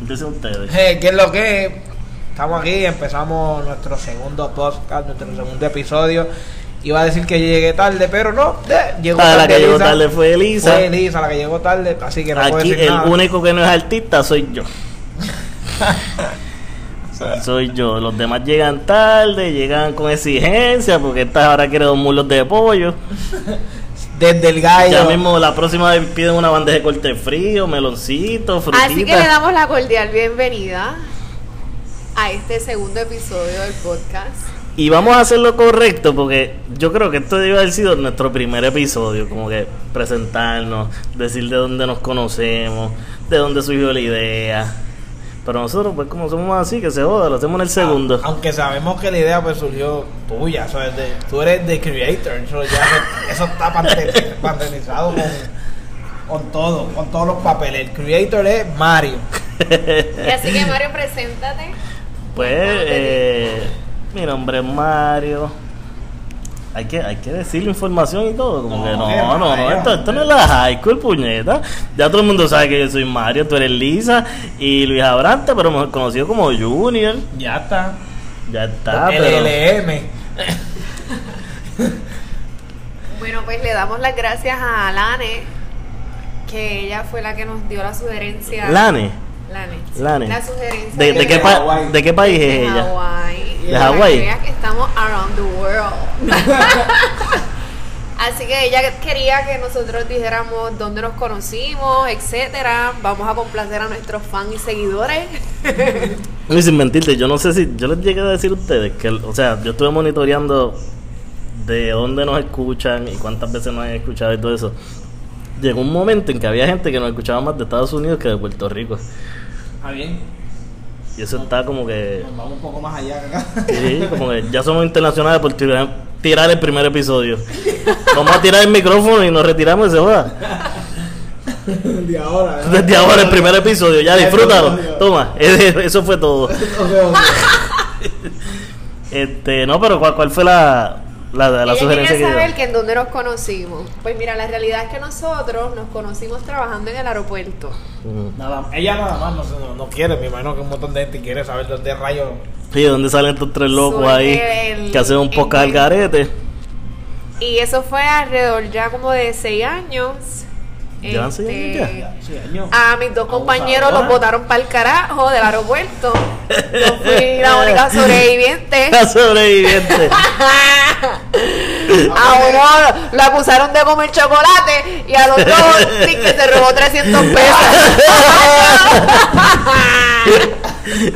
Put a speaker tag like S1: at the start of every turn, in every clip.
S1: Entonces ustedes.
S2: Hey, Eh, ¿qué es lo que? Estamos aquí, empezamos nuestro segundo podcast, nuestro segundo episodio. Iba a decir que llegué tarde, pero no, eh, llegó
S1: Ah,
S2: tarde.
S1: la que llegó
S2: Elisa.
S1: tarde fue Elisa.
S2: Fue Elisa la que llegó tarde, así que no puedo
S1: Aquí
S2: decir
S1: el
S2: nada.
S1: único que no es artista soy yo. soy yo. Los demás llegan tarde, llegan con exigencia, porque estas ahora quiere dos mulos de pollo.
S2: Desde el gallo.
S1: Ya mismo la próxima vez piden una bandeja de corte frío, meloncito, frutita.
S3: Así que le damos la cordial bienvenida a este segundo episodio del podcast.
S1: Y vamos a hacer lo correcto porque yo creo que esto debe haber sido nuestro primer episodio, como que presentarnos, decir de dónde nos conocemos, de dónde surgió la idea. Pero nosotros pues como somos así, que se joda, lo hacemos en el segundo.
S2: Ah, Aunque sabemos que la idea pues surgió tuya, o sea, es de- tú eres de creator, eso, ya, eso está pante- pantenizado con, con todo, con todos los papeles. El creator es Mario.
S3: Y así que Mario, preséntate.
S2: ah.
S1: Pues eh, mi nombre es Mario. Hay que, hay que decir la información y todo, como
S2: No,
S1: que
S2: qué
S1: no, no, no,
S2: rayos.
S1: esto, esto no es la high school, puñeta. Ya todo el mundo sabe que yo soy Mario, tú eres Lisa y Luis Abrante, pero mejor conocido como Junior.
S2: Ya está.
S1: Ya está, Ah, pero...
S2: LLM.
S3: Bueno, pues le damos las gracias a Lane, que ella fue la que nos dio la sugerencia.
S1: Lane.
S3: Lane.
S1: Lane.
S3: La sugerencia
S1: ¿De, de qué, pa-
S2: Hawái.
S1: de qué país es ella?
S3: Hawái.
S1: ¿De
S3: Para
S1: Hawái?
S3: que veas que estamos around the world. Así que ella quería que nosotros dijéramos dónde nos conocimos, etcétera. Vamos a complacer a nuestros fans y seguidores.
S1: Y sin mentirte, yo no sé si yo les llegué a decir a ustedes que, o sea, yo estuve monitoreando de dónde nos escuchan y cuántas veces nos han escuchado y todo eso. Llegó un momento en que había gente que nos escuchaba más de Estados Unidos que de Puerto Rico.
S2: Está bien,
S1: Y eso está como que,
S2: nos vamos un poco más allá acá.
S1: sí, como que ya somos internacionales por tirar, tirar el primer episodio. Vamos a tirar el micrófono y nos retiramos y se joda.
S2: De ahora. ¿eh? ¿verdad?
S1: Desde ahora el primer episodio, ya disfrútalo. Toma, eso fue todo.
S2: Ok, ok.
S1: Este, no, pero ¿cuál, cuál fue la, la, la
S3: ella
S1: sugerencia que
S3: quería saber
S1: dio?
S3: que en dónde nos conocimos. Pues mira, la realidad es que nosotros nos conocimos trabajando en el aeropuerto.
S1: Ujú.
S2: Nada, ella nada más no, sé, no, no quiere, me imagino que un montón de gente quiere saber dónde rayos.
S1: Sí, ¿de dónde salen estos tres locos
S3: Suerte
S1: ahí
S3: del-
S1: que hacen un podcast al
S3: el-
S1: garete?
S3: Y eso fue alrededor ya como de seis años. Este,
S1: ¿Llevan seis años ya?
S2: Sí, año.
S3: A mis dos compañeros los
S2: Abusadora.
S3: botaron para el carajo del aeropuerto. Yo fui la única sobreviviente.
S1: La sobreviviente.
S3: A uno lo acusaron de comer chocolate y al otro sí que se robó 300 pesos.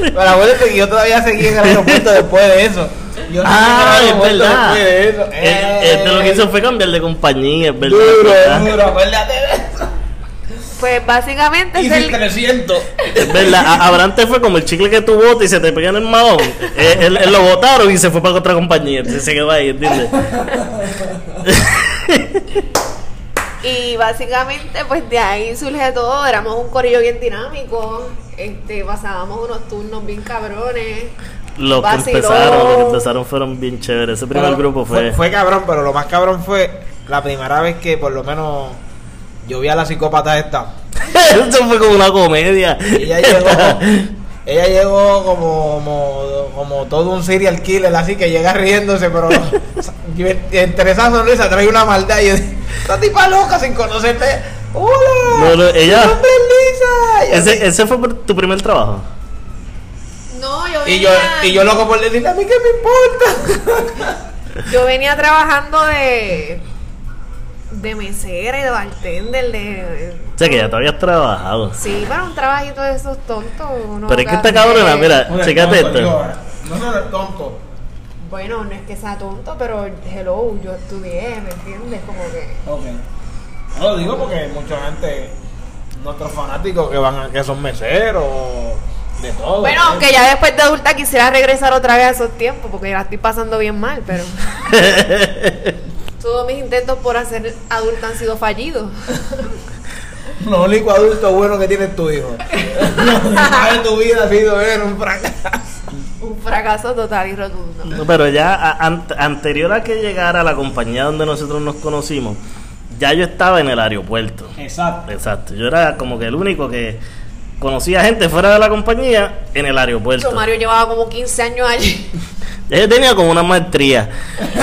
S2: Pero acuérdate que yo todavía seguí en el aeropuerto después de eso. Yo
S1: ah,
S2: seguí en
S1: es
S2: el aeropuerto
S1: verdad.
S2: después de eso. Ah.
S1: Eh, Este lo que hizo fue cambiar de compañía, es verdad. ¿verdad?
S2: Duro, duro, acuérdate de eso.
S3: pues básicamente
S2: Y
S3: es
S2: sin
S3: el,
S2: 300.
S1: Es verdad, a- Abrante fue como el chicle que tú botas y se te pega en el mahón. Él, él- él lo botaron y se fue para otra compañía. Entonces se quedó ahí, ¿entiendes?
S3: y básicamente pues de ahí surge todo, éramos un corillo bien dinámico, este pasábamos unos turnos bien cabrones.
S1: Los que
S3: Vaciló.
S1: empezaron, los que empezaron fueron bien chéveres. Ese primer
S2: Pero
S1: grupo fue,
S2: Fue cabrón, pero lo más cabrón fue la primera vez que por lo menos yo vi a la psicópata esta.
S1: Eso fue como una comedia.
S2: Ella llegó, ella llegó como, como, como todo un serial killer, así que llega riéndose, pero entre esa sonrisa trae una maldad. Y yo dije, esta tipa loca sin conocerte. ¡Hola!
S1: No, no, ella-
S2: ¡Mi nombre es Lisa! Y
S1: Ese, ese fue por tu primer trabajo.
S3: No, yo
S2: Y yo,
S3: venía-
S2: y yo loco por decirle, a mí que me importa.
S3: Yo venía trabajando de de mesera y de bartender, de,
S1: O sea que ya te habías trabajado.
S3: sí, para un trabajito de esos tontos. uno
S1: Pero es que
S3: acá-
S1: esta cabrona, mira, chécate esto.
S2: No soy tonto.
S3: Bueno, no es que sea tonto, pero hello, yo estudié, ¿me entiendes? Como que
S2: Ok.
S4: No lo digo porque mucha gente, nuestros fanáticos que van a- que son meseros, de todo.
S2: Oh,
S3: Bueno,
S4: ¿eh?
S3: aunque ya después de adulta quisiera regresar otra vez a esos tiempos, porque ya la estoy pasando bien mal, pero todos mis intentos por hacer adulta han sido fallidos.
S4: Lo único adulto bueno que tiene es tu hijo. Lo demás de tu vida ha sido ver un fracaso.
S3: Un fracaso total y rotundo.
S1: No, pero ya a- an- anterior a que llegara a la compañía donde nosotros nos conocimos, ya yo estaba en el aeropuerto.
S4: Exacto.
S1: Exacto, yo era como que el único que conocía gente fuera de la compañía en el aeropuerto.
S3: Yo, Mario llevaba como 15 años allí.
S1: Ya yo tenía como una maestría.
S3: Yo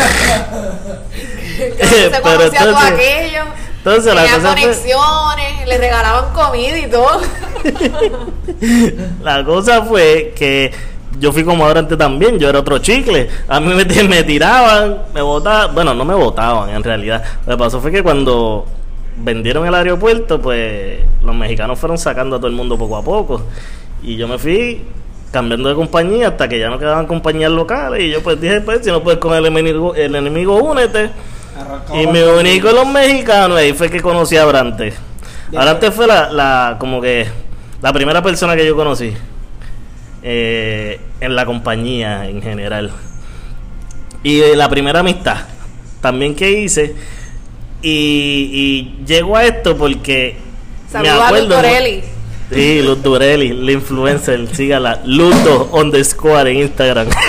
S1: Eh,
S3: no se
S1: pero
S3: conocía todo
S1: entonces-
S3: aquello.
S1: entonces la
S3: tenía
S1: cosa fue-
S3: conexiones, le regalaban comida y todo.
S1: La cosa fue que yo fui como ahora antes también, yo era otro chicle. A mí me, ti- me tiraban, me botaban, bueno, no me botaban en realidad. Lo que pasó fue que cuando vendieron el aeropuerto, pues los mexicanos fueron sacando a todo el mundo poco a poco. Y yo me fui cambiando de compañía hasta que ya no quedaban compañías locales. Y yo pues dije, pues si no puedes con el enemigo, el enemigo únete. Y me uní con los mexicanos, ahí fue que conocí a Brante. Brante fue la, la como que la primera persona que yo conocí eh, en la compañía en general. Y eh, la primera amistad también que hice. Y, y llego a esto porque
S3: Saludos a Luz
S1: mu-
S3: Torelli.
S1: Sí, Luz Dorelli, la influencer, sígala, Luto underscore en Instagram.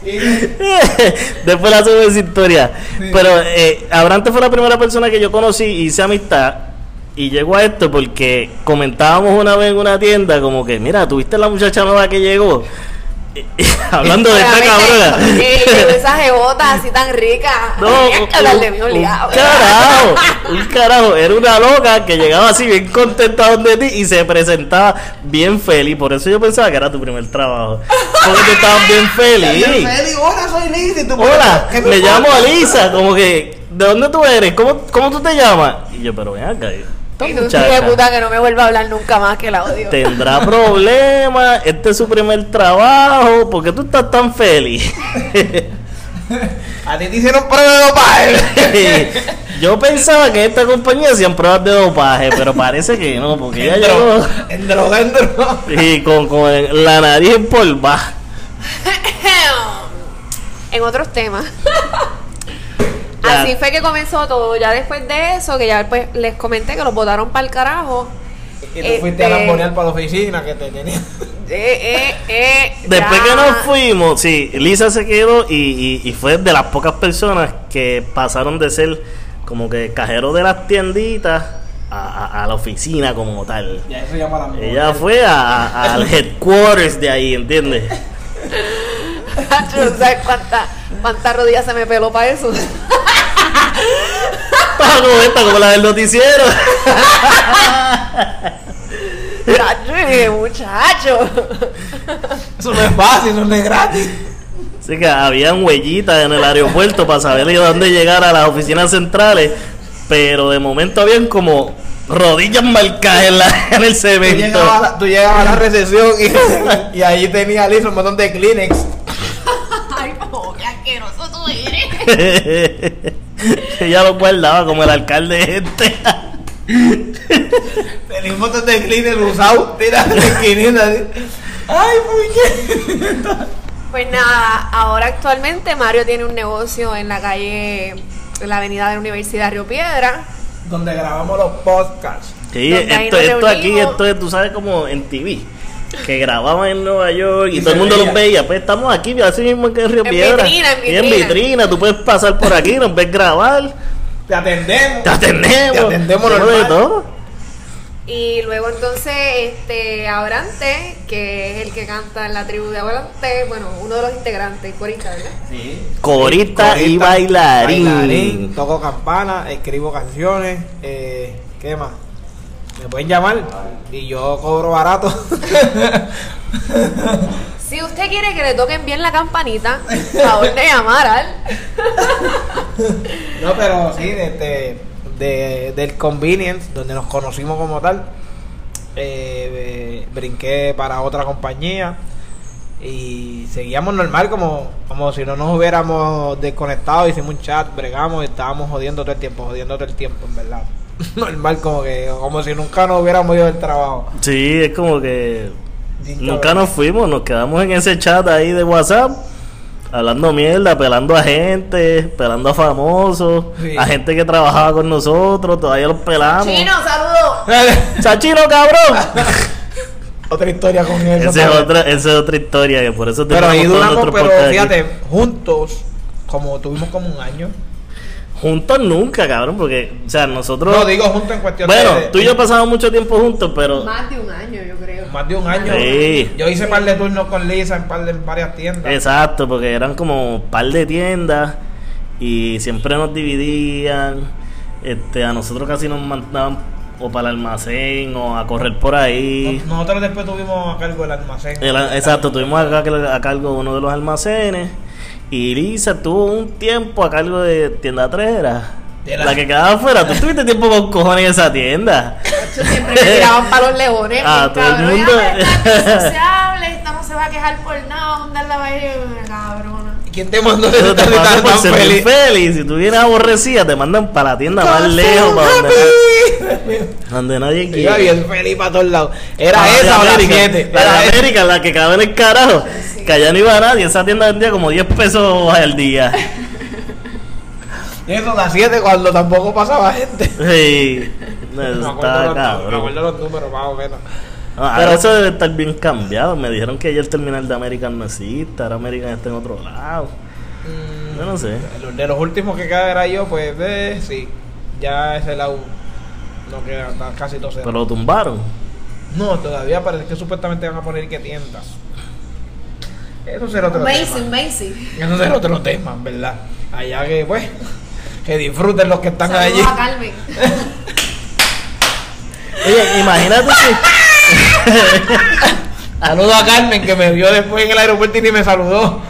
S1: Después la sube esa historia.
S4: Sí.
S1: Pero eh, Abrante fue la primera persona que yo conocí, hice amistad. Y llegó a esto porque comentábamos una vez en una tienda, como que, mira, ¿tuviste la muchacha nueva que llegó? Hablando de esta cabrona.
S3: esas jebotas así tan ricas.
S1: No,
S3: Tenías que hablar de mí
S1: un-
S3: obligado.
S1: Un carajo, un carajo. Era una loca que llegaba así bien contenta donde ti y se presentaba bien feliz. Por eso yo pensaba que era tu primer trabajo. Porque tú estabas bien feliz.
S4: Hola, soy Liz. ¿y tú
S1: Hola,
S4: ¿Qué
S1: me llamo
S4: importa?
S1: Alisa. Como que, ¿de dónde tú eres? ¿Cómo, cómo tú te llamas? Y yo, pero ven acá. esta
S3: Y tú,
S1: muchacha
S3: hijo de puta que no me vuelva a hablar nunca más que la odio.
S1: Tendrá problemas, este es su primer trabajo, ¿por qué tú estás tan feliz?
S4: A ti te hicieron prueba de ¿eh? dopaje.
S1: Yo pensaba que en esta compañía hacían pruebas de dopaje, pero parece que no, porque ella
S4: En
S1: llegó
S4: dro- en droga, en droga.
S1: y con, con la nariz en polva.
S3: en otros temas.
S1: Ya.
S3: Así fue que comenzó todo. Ya después de eso, que ya pues, les comenté que los votaron para el carajo.
S4: Y tú fuiste a
S3: Este-
S4: lambonear para la oficina que te tenía.
S3: Eh, eh, eh,
S1: Después
S3: ya.
S1: que nos fuimos, sí, Lisa se quedó y, y- y fue de las pocas personas que pasaron de ser como que cajero de las tienditas a, a- a la oficina como tal.
S4: Ya eso llama la
S1: Ella fue a- a- al headquarters de ahí, ¿entiendes?
S3: Tú no sabes cuánta- cuántas rodillas se me peló para eso.
S1: Estaba como esta, como la del noticiero.
S3: Chacho, y dije, muchacho.
S4: Eso no es fácil, eso no es gratis.
S1: Así que habían huellitas en el aeropuerto para saber de dónde llegar a las oficinas centrales, pero de momento habían como rodillas marcadas en, la- en el
S4: Tú llegabas, a
S1: cemento.
S4: la- tú llegabas a la recesión y, y ahí tenía listo un montón de Kleenex.
S3: Ay, oh, qué asqueroso tú eres.
S1: Ella lo guardaba como el alcalde este.
S4: Tenía un montón de Kleenex usados, tira de 500. así. Ay, muy bien.
S3: Pues nada, ahora actualmente Mario tiene un negocio en la calle, en la avenida de la Universidad Río Piedra.
S4: Donde grabamos los podcasts.
S1: Sí,
S3: Donde ahí
S1: esto,
S3: nos
S1: esto aquí,
S3: reunimos.
S1: esto es, tú sabes, como en TV. Que grababan en Nueva York y,
S4: Y
S1: todo el
S4: se
S1: mundo
S4: veía.
S1: los veía. Pues estamos aquí, así mismo que en Río
S3: En
S1: Piedra.
S3: vitrina, en
S1: Y
S3: vitrina.
S1: vitrina, tú puedes pasar por aquí, nos ves grabar.
S4: Te atendemos.
S1: Te atendemos.
S4: Te atendemos
S1: hacemos de
S4: normal.
S1: todo.
S3: Y luego entonces este Abrante, que es el que canta en la tribu de Abrante, bueno, uno de los integrantes, corista, ¿verdad?
S4: Sí.
S1: Corista, y bailarín.
S4: Bailarín, Toco campana, escribo canciones. Eh, ¿Qué más? Me pueden llamar y yo cobro barato.
S3: Si usted quiere que le toquen bien la campanita, favor de llamar al...
S4: No, pero sí, de, de- de- del convenience, donde nos conocimos como tal, eh, eh, brinqué para otra compañía. y seguíamos normal como, como si no nos hubiéramos desconectado, hicimos un chat, bregamos y estábamos jodiendo todo el tiempo, jodiendo todo el tiempo, en verdad. normal como que, como si nunca nos hubiéramos ido del trabajo.
S1: Sí, es como que
S4: Bien
S1: nunca
S4: cabrón.
S1: nos fuimos, nos quedamos en ese chat ahí de WhatsApp, hablando mierda, pelando a gente, pelando a famosos,
S4: Sí.
S1: a gente que trabajaba con nosotros, todavía los pelamos.
S3: Chino, saludos.
S1: ¡Chachino, cabrón!
S4: otra historia con él.
S1: esa, es otra, esa es otra historia, que por eso
S4: Pero
S1: tenemos
S4: ahí
S1: todo
S4: duramos,
S1: nuestro
S4: pero
S1: podcast aquí.
S4: fíjate, juntos, como tuvimos como un año.
S1: Juntos nunca, cabrón, porque, o sea, nosotros...
S4: No, digo juntos en cuestión de...
S1: bueno, tú y yo pasamos mucho tiempo juntos, pero...
S3: Más de un año, yo creo.
S4: Más de un año.
S1: Sí. Eh,
S4: Yo hice par de turnos con Lisa en par de en varias tiendas.
S1: Exacto, porque eran como un par de tiendas y siempre nos dividían. Este, a nosotros casi nos mandaban o para el almacén o a correr por ahí.
S4: No- Nosotros después tuvimos a cargo el almacén.
S1: El- exacto, tuvimos a, ca- a cargo uno de los almacenes y Lisa tuvo un tiempo a cargo de tienda 3
S4: De
S1: la...
S4: la-
S1: que quedaba afuera. Tú tuviste tiempo con cojones en esa tienda.
S3: Yo siempre me tiraban para los leones.
S1: Ah,
S3: bien
S1: todo el
S3: cabrón.
S1: mundo-
S3: Ya, pero esta es sociable, esta no se va a quejar por nada. Onda en la bahía, eh, cabrona.
S4: ¿Quién te mandó ese
S1: Pero te
S4: tan-
S1: mandan
S4: tan-
S1: por
S4: tan
S1: ser
S4: feliz?
S1: feliz. Si tú vienes aborrecida, te mandan para la tienda más lejos, para donde, donde nadie
S4: Sí, Iba
S1: quiere.
S4: bien feliz para todos lados. Era
S1: Ah, de
S4: esa o la
S1: América.
S4: siete.
S1: La de
S4: Era esa.
S1: América, la que cabe en el carajo. Que allá no iba a nadie. Esa tienda vendía como 10 pesos al día.
S4: Eso, la 7 cuando tampoco pasaba gente.
S1: Sí. No, eso
S4: Me
S1: estaba
S4: acuerdo, los, me
S1: cabrón.
S4: acuerdo los números más o menos.
S1: Ah,
S4: Pero-
S1: ahora eso debe estar bien cambiado. Me dijeron que ayer el terminal de American no existe. Ahora American está en otro lado.
S4: Mm,
S1: Yo no sé.
S4: De los últimos que quedaba era yo, pues eh, sí. Ya ese lado no queda, está casi todo
S1: Pero
S4: cero.
S1: lo tumbaron.
S4: No, todavía parece que supuestamente van a poner que tiendas. Eso será otro
S3: Amazing,
S4: tema.
S3: amazing.
S4: Eso será otro tema, en ¿verdad? Allá que, pues, que disfruten los que están
S3: Saludos
S4: allí.
S3: a Carmen.
S1: Oye, imagínate si.
S4: Saludo a Carmen que me vio después en el aeropuerto y ni me saludó.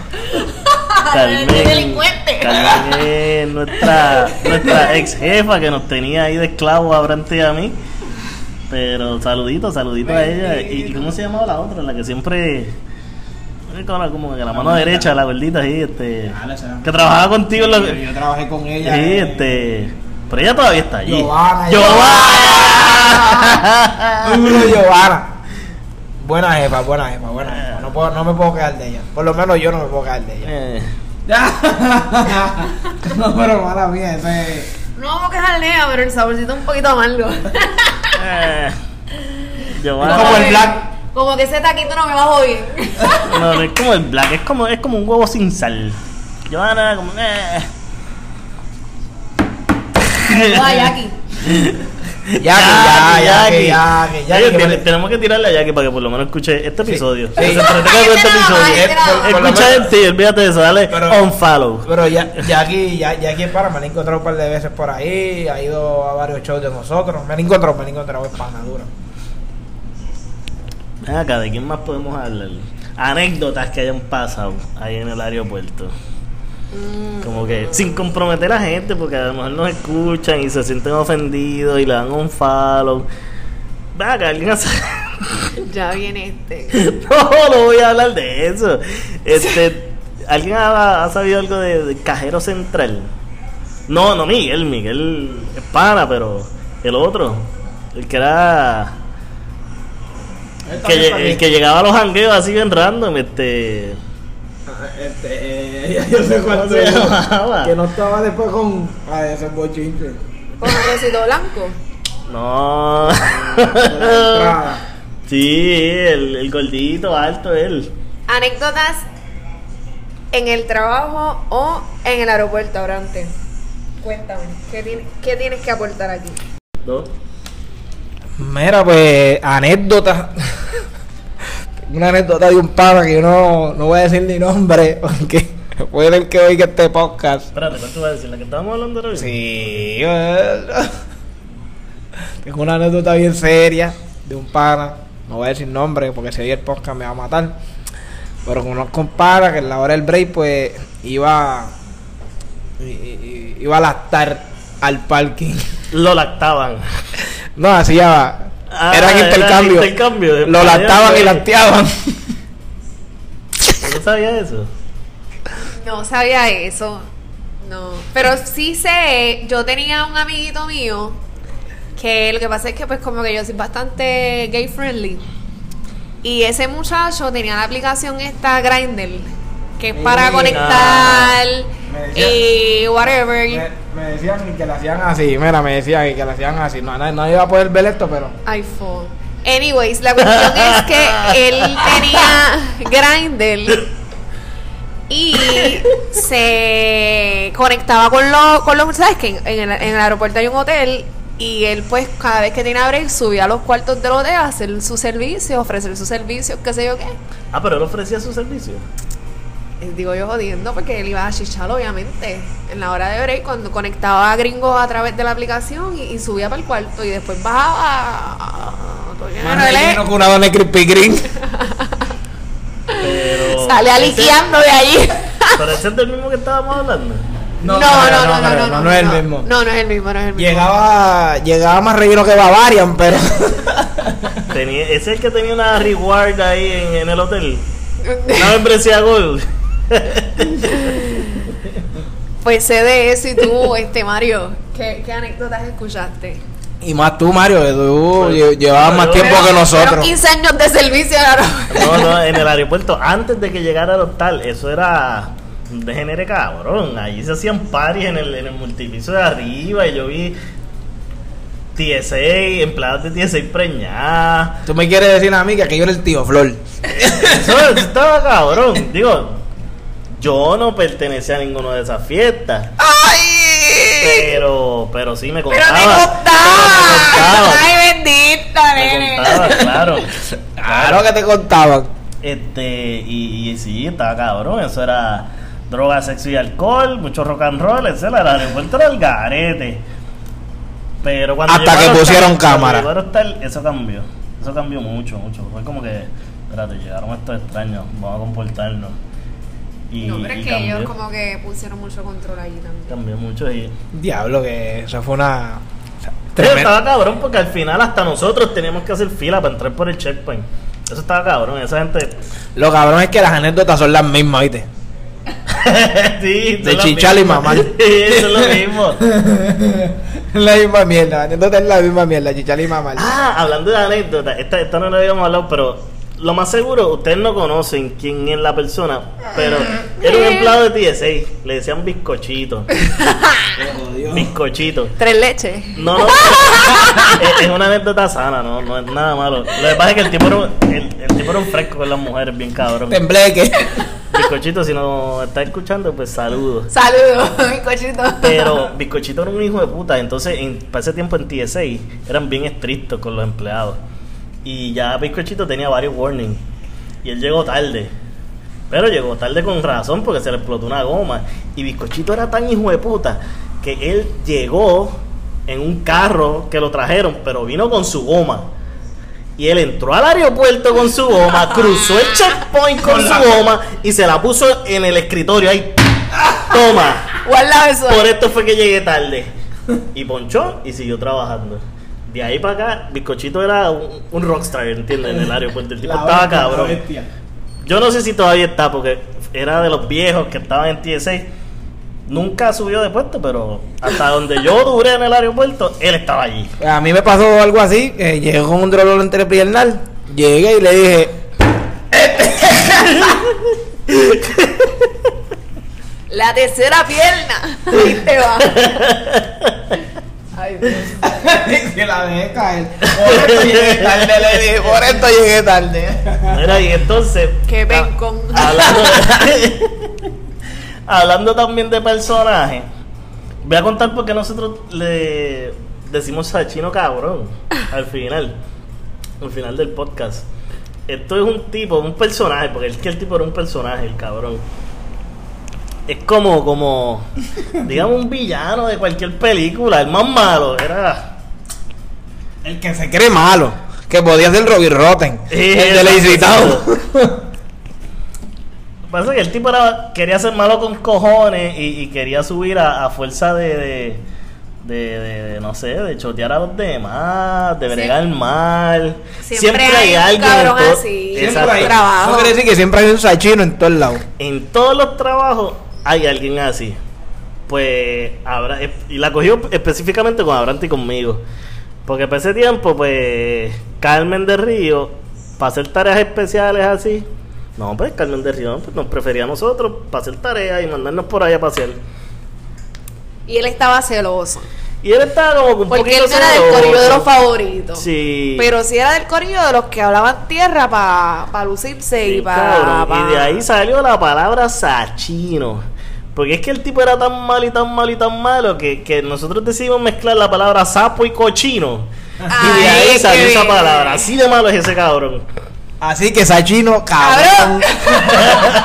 S1: Carmen,
S3: Qué delincuente.
S1: Carmen es nuestra, nuestra ex jefa que nos tenía ahí de esclavo a Brante y a mí. Pero saludito, saludito a ella. ¿Y, y cómo se llamaba la otra? La que siempre. Ahora como que la mano derecha, la gordita ahí, este. Que trabajaba contigo en la.
S4: Yo, yo trabajé con
S1: Sí,
S4: ella. eh,
S1: este. Pero ella todavía está allí.
S4: Giovanna,
S1: ¡Giovanna!
S4: Duro Giovanna. Buena jefa, buena jefa, buena jefa. No, puedo, no me puedo quedar de ella. Por lo menos yo no me puedo quedar de ella.
S1: Eh,
S4: no, pero mala mía, ese.
S3: No vamos a quejarle, pero el saborcito es un poquito amargo.
S1: eh,
S4: Es como el
S1: Giovanna.
S4: black.
S3: Como que ese taquito no me bajó bien.
S1: No, no es como el black, es como, es como un huevo sin sal. Giovanna, como. eh.
S3: Vaya Jackie.
S4: Ya, que ya, ya, que
S1: Jackie.
S4: ya, que ya.
S1: Oye,
S4: que-
S1: tiene- tenemos que tirarle a Jackie para que por lo menos escuche este episodio.
S4: sí.
S1: Que Se entretenga
S3: Ay,
S1: con este
S3: este no,
S1: episodio.
S3: ay, este no.
S4: Por- por lo
S1: Escucha en
S4: menos-
S1: ti, olvídate de eso, dale
S4: Pero-
S1: unfollow.
S4: Pero ya, ya aquí, ya, ya aquí en Panamá me han encontrado un par de veces por ahí, ha ido a varios shows de nosotros, me han encontrado, me han encontrado en Panadura.
S1: Ven Acá, ¿de quién más podemos hablar? Anécdotas que hayan pasado ahí en el aeropuerto. Como que sin comprometer a gente, porque a lo mejor nos escuchan y se sienten ofendidos y le dan un follow. Vaca, alguien hace-
S3: Ya viene este.
S1: No, no voy a hablar de eso. Este, ¿Alguien ha, ha sabido algo de, de Cajero Central? No, no Miguel, Miguel es pana, pero el otro, el que era.
S4: Él
S1: que
S4: también
S1: lle-
S4: está
S1: el que
S4: bien.
S1: llegaba a los jangueos así bien random, este.
S4: Ah, Este, eh, ya yo sé cuál
S1: ¿Cómo
S4: se
S1: se
S4: llama.
S1: llamaba?
S4: Que no estaba después con. Ah, ese es bochinche.
S3: Con un rosito blanco.
S1: No.
S4: Con la entrada.
S1: sí, el, el gordito, alto, él.
S3: Anécdotas en el trabajo o en el aeropuerto, Abrante. Cuéntame, ¿qué, tiene- qué tienes que aportar aquí?
S1: ¿No?
S4: Mira, pues, anécdota. Una anécdota de un pana que yo no, no voy a decir ni nombre, porque puede que oiga este podcast.
S1: Espérate, ¿cuál te voy a decir? ¿La que estábamos hablando ahora mismo?
S4: Sí, eh, tengo una anécdota bien seria de un pana. No voy a decir nombre porque si oye el podcast me va a matar. Pero conozco un pana que en la hora del break, pues iba, i- i- i- iba a lactar al parking.
S1: Lo lactaban.
S4: No, así ya va.
S1: Ah,
S4: Eran
S1: era
S4: intercambio.
S1: intercambio de
S4: Lo
S1: pareja,
S4: lactaban y
S1: güey.
S4: lacteaban.
S1: ¿No sabía eso?
S3: No sabía eso. No. Pero sí sé, yo tenía un amiguito mío que lo que pasa es que pues como que yo soy bastante gay friendly. Y ese muchacho tenía la aplicación esta Grindr, que es para
S4: Mira.
S3: conectar
S4: Me
S3: y whatever.
S4: Me, me decían y que la hacían así, mira, me decían y que la hacían así. No, no, no iba a poder ver esto, pero.
S3: iPhone. Anyways, la cuestión es que él tenía Grindr y se conectaba con los con los sabes que en, en el, en el aeropuerto hay un hotel y él pues cada vez que tenía break subía a los cuartos del hotel a hacer su servicio, ofrecer sus servicios, qué sé yo qué.
S1: Ah, pero él ofrecía su servicio.
S3: Eh, Digo yo jodiendo porque él iba a chichar obviamente en la hora de break cuando conectaba a gringos a través de la aplicación y, y subía para el cuarto y después bajaba. porque no
S4: Más
S3: era él-
S4: relleno que una dona de Krispy Kreme.
S1: Pero.
S3: Sale aliqueando de allí.
S1: Pero ese es del mismo que estábamos hablando.
S3: No, no, no, no, no, no,
S4: no es el mismo.
S3: No, no es el mismo, no es el mismo.
S4: Llegaba, llegaba más relleno que Bavarian, pero.
S1: Tenía, ese es el que tenía una reward ahí en, en el hotel. Una membresía Gold.
S3: Pues sé de eso y tú, este Mario, ¿qué, qué anécdotas escuchaste?
S4: Y más tú, Mario, que tú
S1: Pero-
S4: lle- llevabas más
S1: Pues, pero-
S4: tiempo que
S3: Fueron
S4: nosotros.
S3: 15 años de servicio ahora.
S1: No, no, en el aeropuerto, antes de que llegara al hotel, eso era un degenere cabrón. Allí se hacían paris en el, en el multipiso de arriba y yo vi TSA, empleados de TSA preñadas.
S4: Tú me quieres decir a mí que aquí yo era el tío Flor.
S1: Eso, eso estaba cabrón. Digo, yo no pertenecía a ninguna de esas fiestas.
S3: ¡Ay!
S1: Pero, pero sí me
S3: Pero
S1: contaba.
S3: te
S1: Pero
S3: gustaba.
S1: me
S3: ¡Ay, bendita, nene!
S1: contaba. Me contaba, claro.
S4: Claro que te contaban.
S1: Este, y, y sí, estaba cabrón, eso era droga, sexo y alcohol, mucho rock and roll, etcétera, el aeropuerto era el garete. Pero cuando
S4: Hasta
S1: llegó
S4: que
S1: al hostal-
S4: pusieron
S1: cuando
S4: cámara.
S1: llegó al hostal, eso cambió, eso cambió mucho, mucho. Fue como que, espérate, llegaron estos extraños, vamos a comportarnos. Y,
S3: No, pero
S1: y
S3: es que
S1: cambió,
S3: ellos como que pusieron mucho control allí también.
S1: cambió mucho y...
S4: Diablo, que eso fue una.
S1: Pero
S4: tremenda-
S1: estaba cabrón porque al final hasta nosotros teníamos que hacer fila para entrar por el checkpoint. Eso estaba cabrón, esa gente...
S4: Lo cabrón es que las anécdotas son las mismas, ¿viste?
S1: sí,
S4: De
S1: son las
S4: chichar y
S1: mismas.
S4: mamar.
S1: Sí, eso es lo mismo.
S4: la misma mierda, la anécdota es la misma mierda, chichali mamá.
S1: Ah, hablando de anécdota, esta, esta no la habíamos hablado, pero lo más seguro, ustedes no conocen quién es la persona, pero era un empleado de TSA, le decían bizcochito, bizcochito.
S3: Tres leches.
S1: No, no, es, es una anécdota sana, no, no es nada malo. Lo que pasa es que el tipo era, un- el, el tipo era un fresco con las mujeres, bien cabrón.
S4: Tembleque.
S1: Bizcochito, si nos está escuchando, pues saludos.
S3: Saludos, mi cochito.
S1: Pero Bizcochito era un hijo de puta, entonces en, para ese tiempo en TSA eran bien estrictos con los empleados. Y ya Bizcochito tenía varios warnings. Y él llegó tarde. Pero llegó tarde con razón porque se le explotó una goma. Y Bizcochito era tan hijo de puta que él llegó en un carro que lo trajeron, pero vino con su goma. Y él entró al aeropuerto con su goma, cruzó el checkpoint con su goma y se la puso en el escritorio ahí. Toma.
S3: Guarda eso.
S1: Por esto fue que llegué tarde. Y ponchó y siguió trabajando. De ahí para acá, Bizcochito era un, un rockstar, ¿entiendes? En el aeropuerto. El tipo estaba cabrón. Yo no sé si todavía está, porque era de los viejos que estaban en TSA. Nunca subió de puesto, pero hasta donde yo duré en el aeropuerto, él estaba allí.
S4: Pues A mí me pasó algo así, eh, llegué con un dolor entrepiernal, llegué y le dije,
S3: La tercera pierna. Y te va. Ay, Dios.
S4: que la dejé caer. Por esto llegué tarde, le dije, por esto llegué tarde.
S1: Mira, y entonces.
S3: Qué
S1: ah,
S3: bencón.
S1: Hablando, hablando también de personajes, voy a contar por qué nosotros le decimos Sachino cabrón al final, al final del podcast. Esto es un tipo, un personaje, porque es que el tipo era un personaje, el cabrón. Es como, como, digamos, un villano de cualquier película, el más malo, era.
S4: El que se cree malo, que podía ser Robbie Rotten,
S1: Sí,
S4: el de la
S1: exacto. Lo que Pasa es que el tipo era- quería ser malo con cojones y, y quería subir a, a fuerza de, de, de, de- de, no sé, de chotear a los demás, de bregar mal.
S3: Siempre hay un cabrón
S1: en to-
S3: así. Siempre
S1: Exacto.
S3: hay. Trabajo.
S4: No quiere decir que siempre hay un sachino en todos lados.
S1: En todos los trabajos hay alguien así. Pues habrá, y la cogió específicamente con Abranti y conmigo. Porque para ese tiempo, pues, Carmen de Río, para hacer tareas especiales así. No, pues Carmen de Río pues, nos prefería a nosotros para hacer tareas y mandarnos por ahí a pasear.
S3: Y él estaba celoso.
S1: Y él estaba como que un
S3: Porque él
S1: poquito
S3: no era del
S1: celoso.
S3: corillo de los favoritos.
S1: Sí.
S3: Pero sí era del corillo de los que hablaban tierra para lucirse y
S1: Sí,
S3: para.
S1: cabrón, Y de ahí salió la palabra sachino. Porque es que el tipo era tan malo y tan malo y tan malo que, que nosotros decidimos mezclar la palabra sapo y cochino. y de
S3: Ay,
S1: ahí
S3: qué
S1: salió esa
S3: bien.
S1: palabra. Así de malo es ese cabrón.
S4: Así que sachino, cabrón.
S3: ¡Cabrón!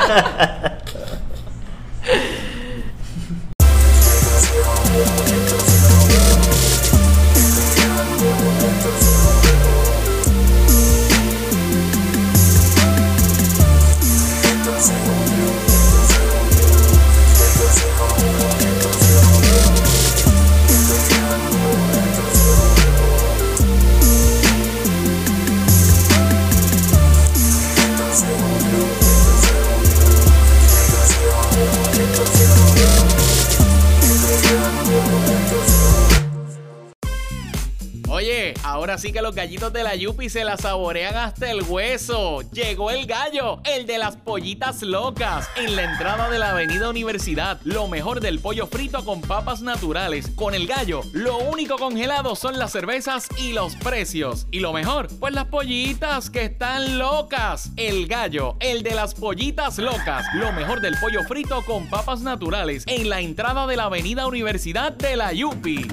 S5: Oye, ahora sí que los gallitos de la Yupi se la saborean hasta el hueso. Llegó el gallo, el de las pollitas locas, en la entrada de la Avenida Universidad. Lo mejor del pollo frito con papas naturales. Con el gallo, lo único congelado son las cervezas y los precios. Y lo mejor, pues las pollitas que están locas. El gallo, el de las pollitas locas. Lo mejor del pollo frito con papas naturales, en la entrada de la Avenida Universidad de la Yupi.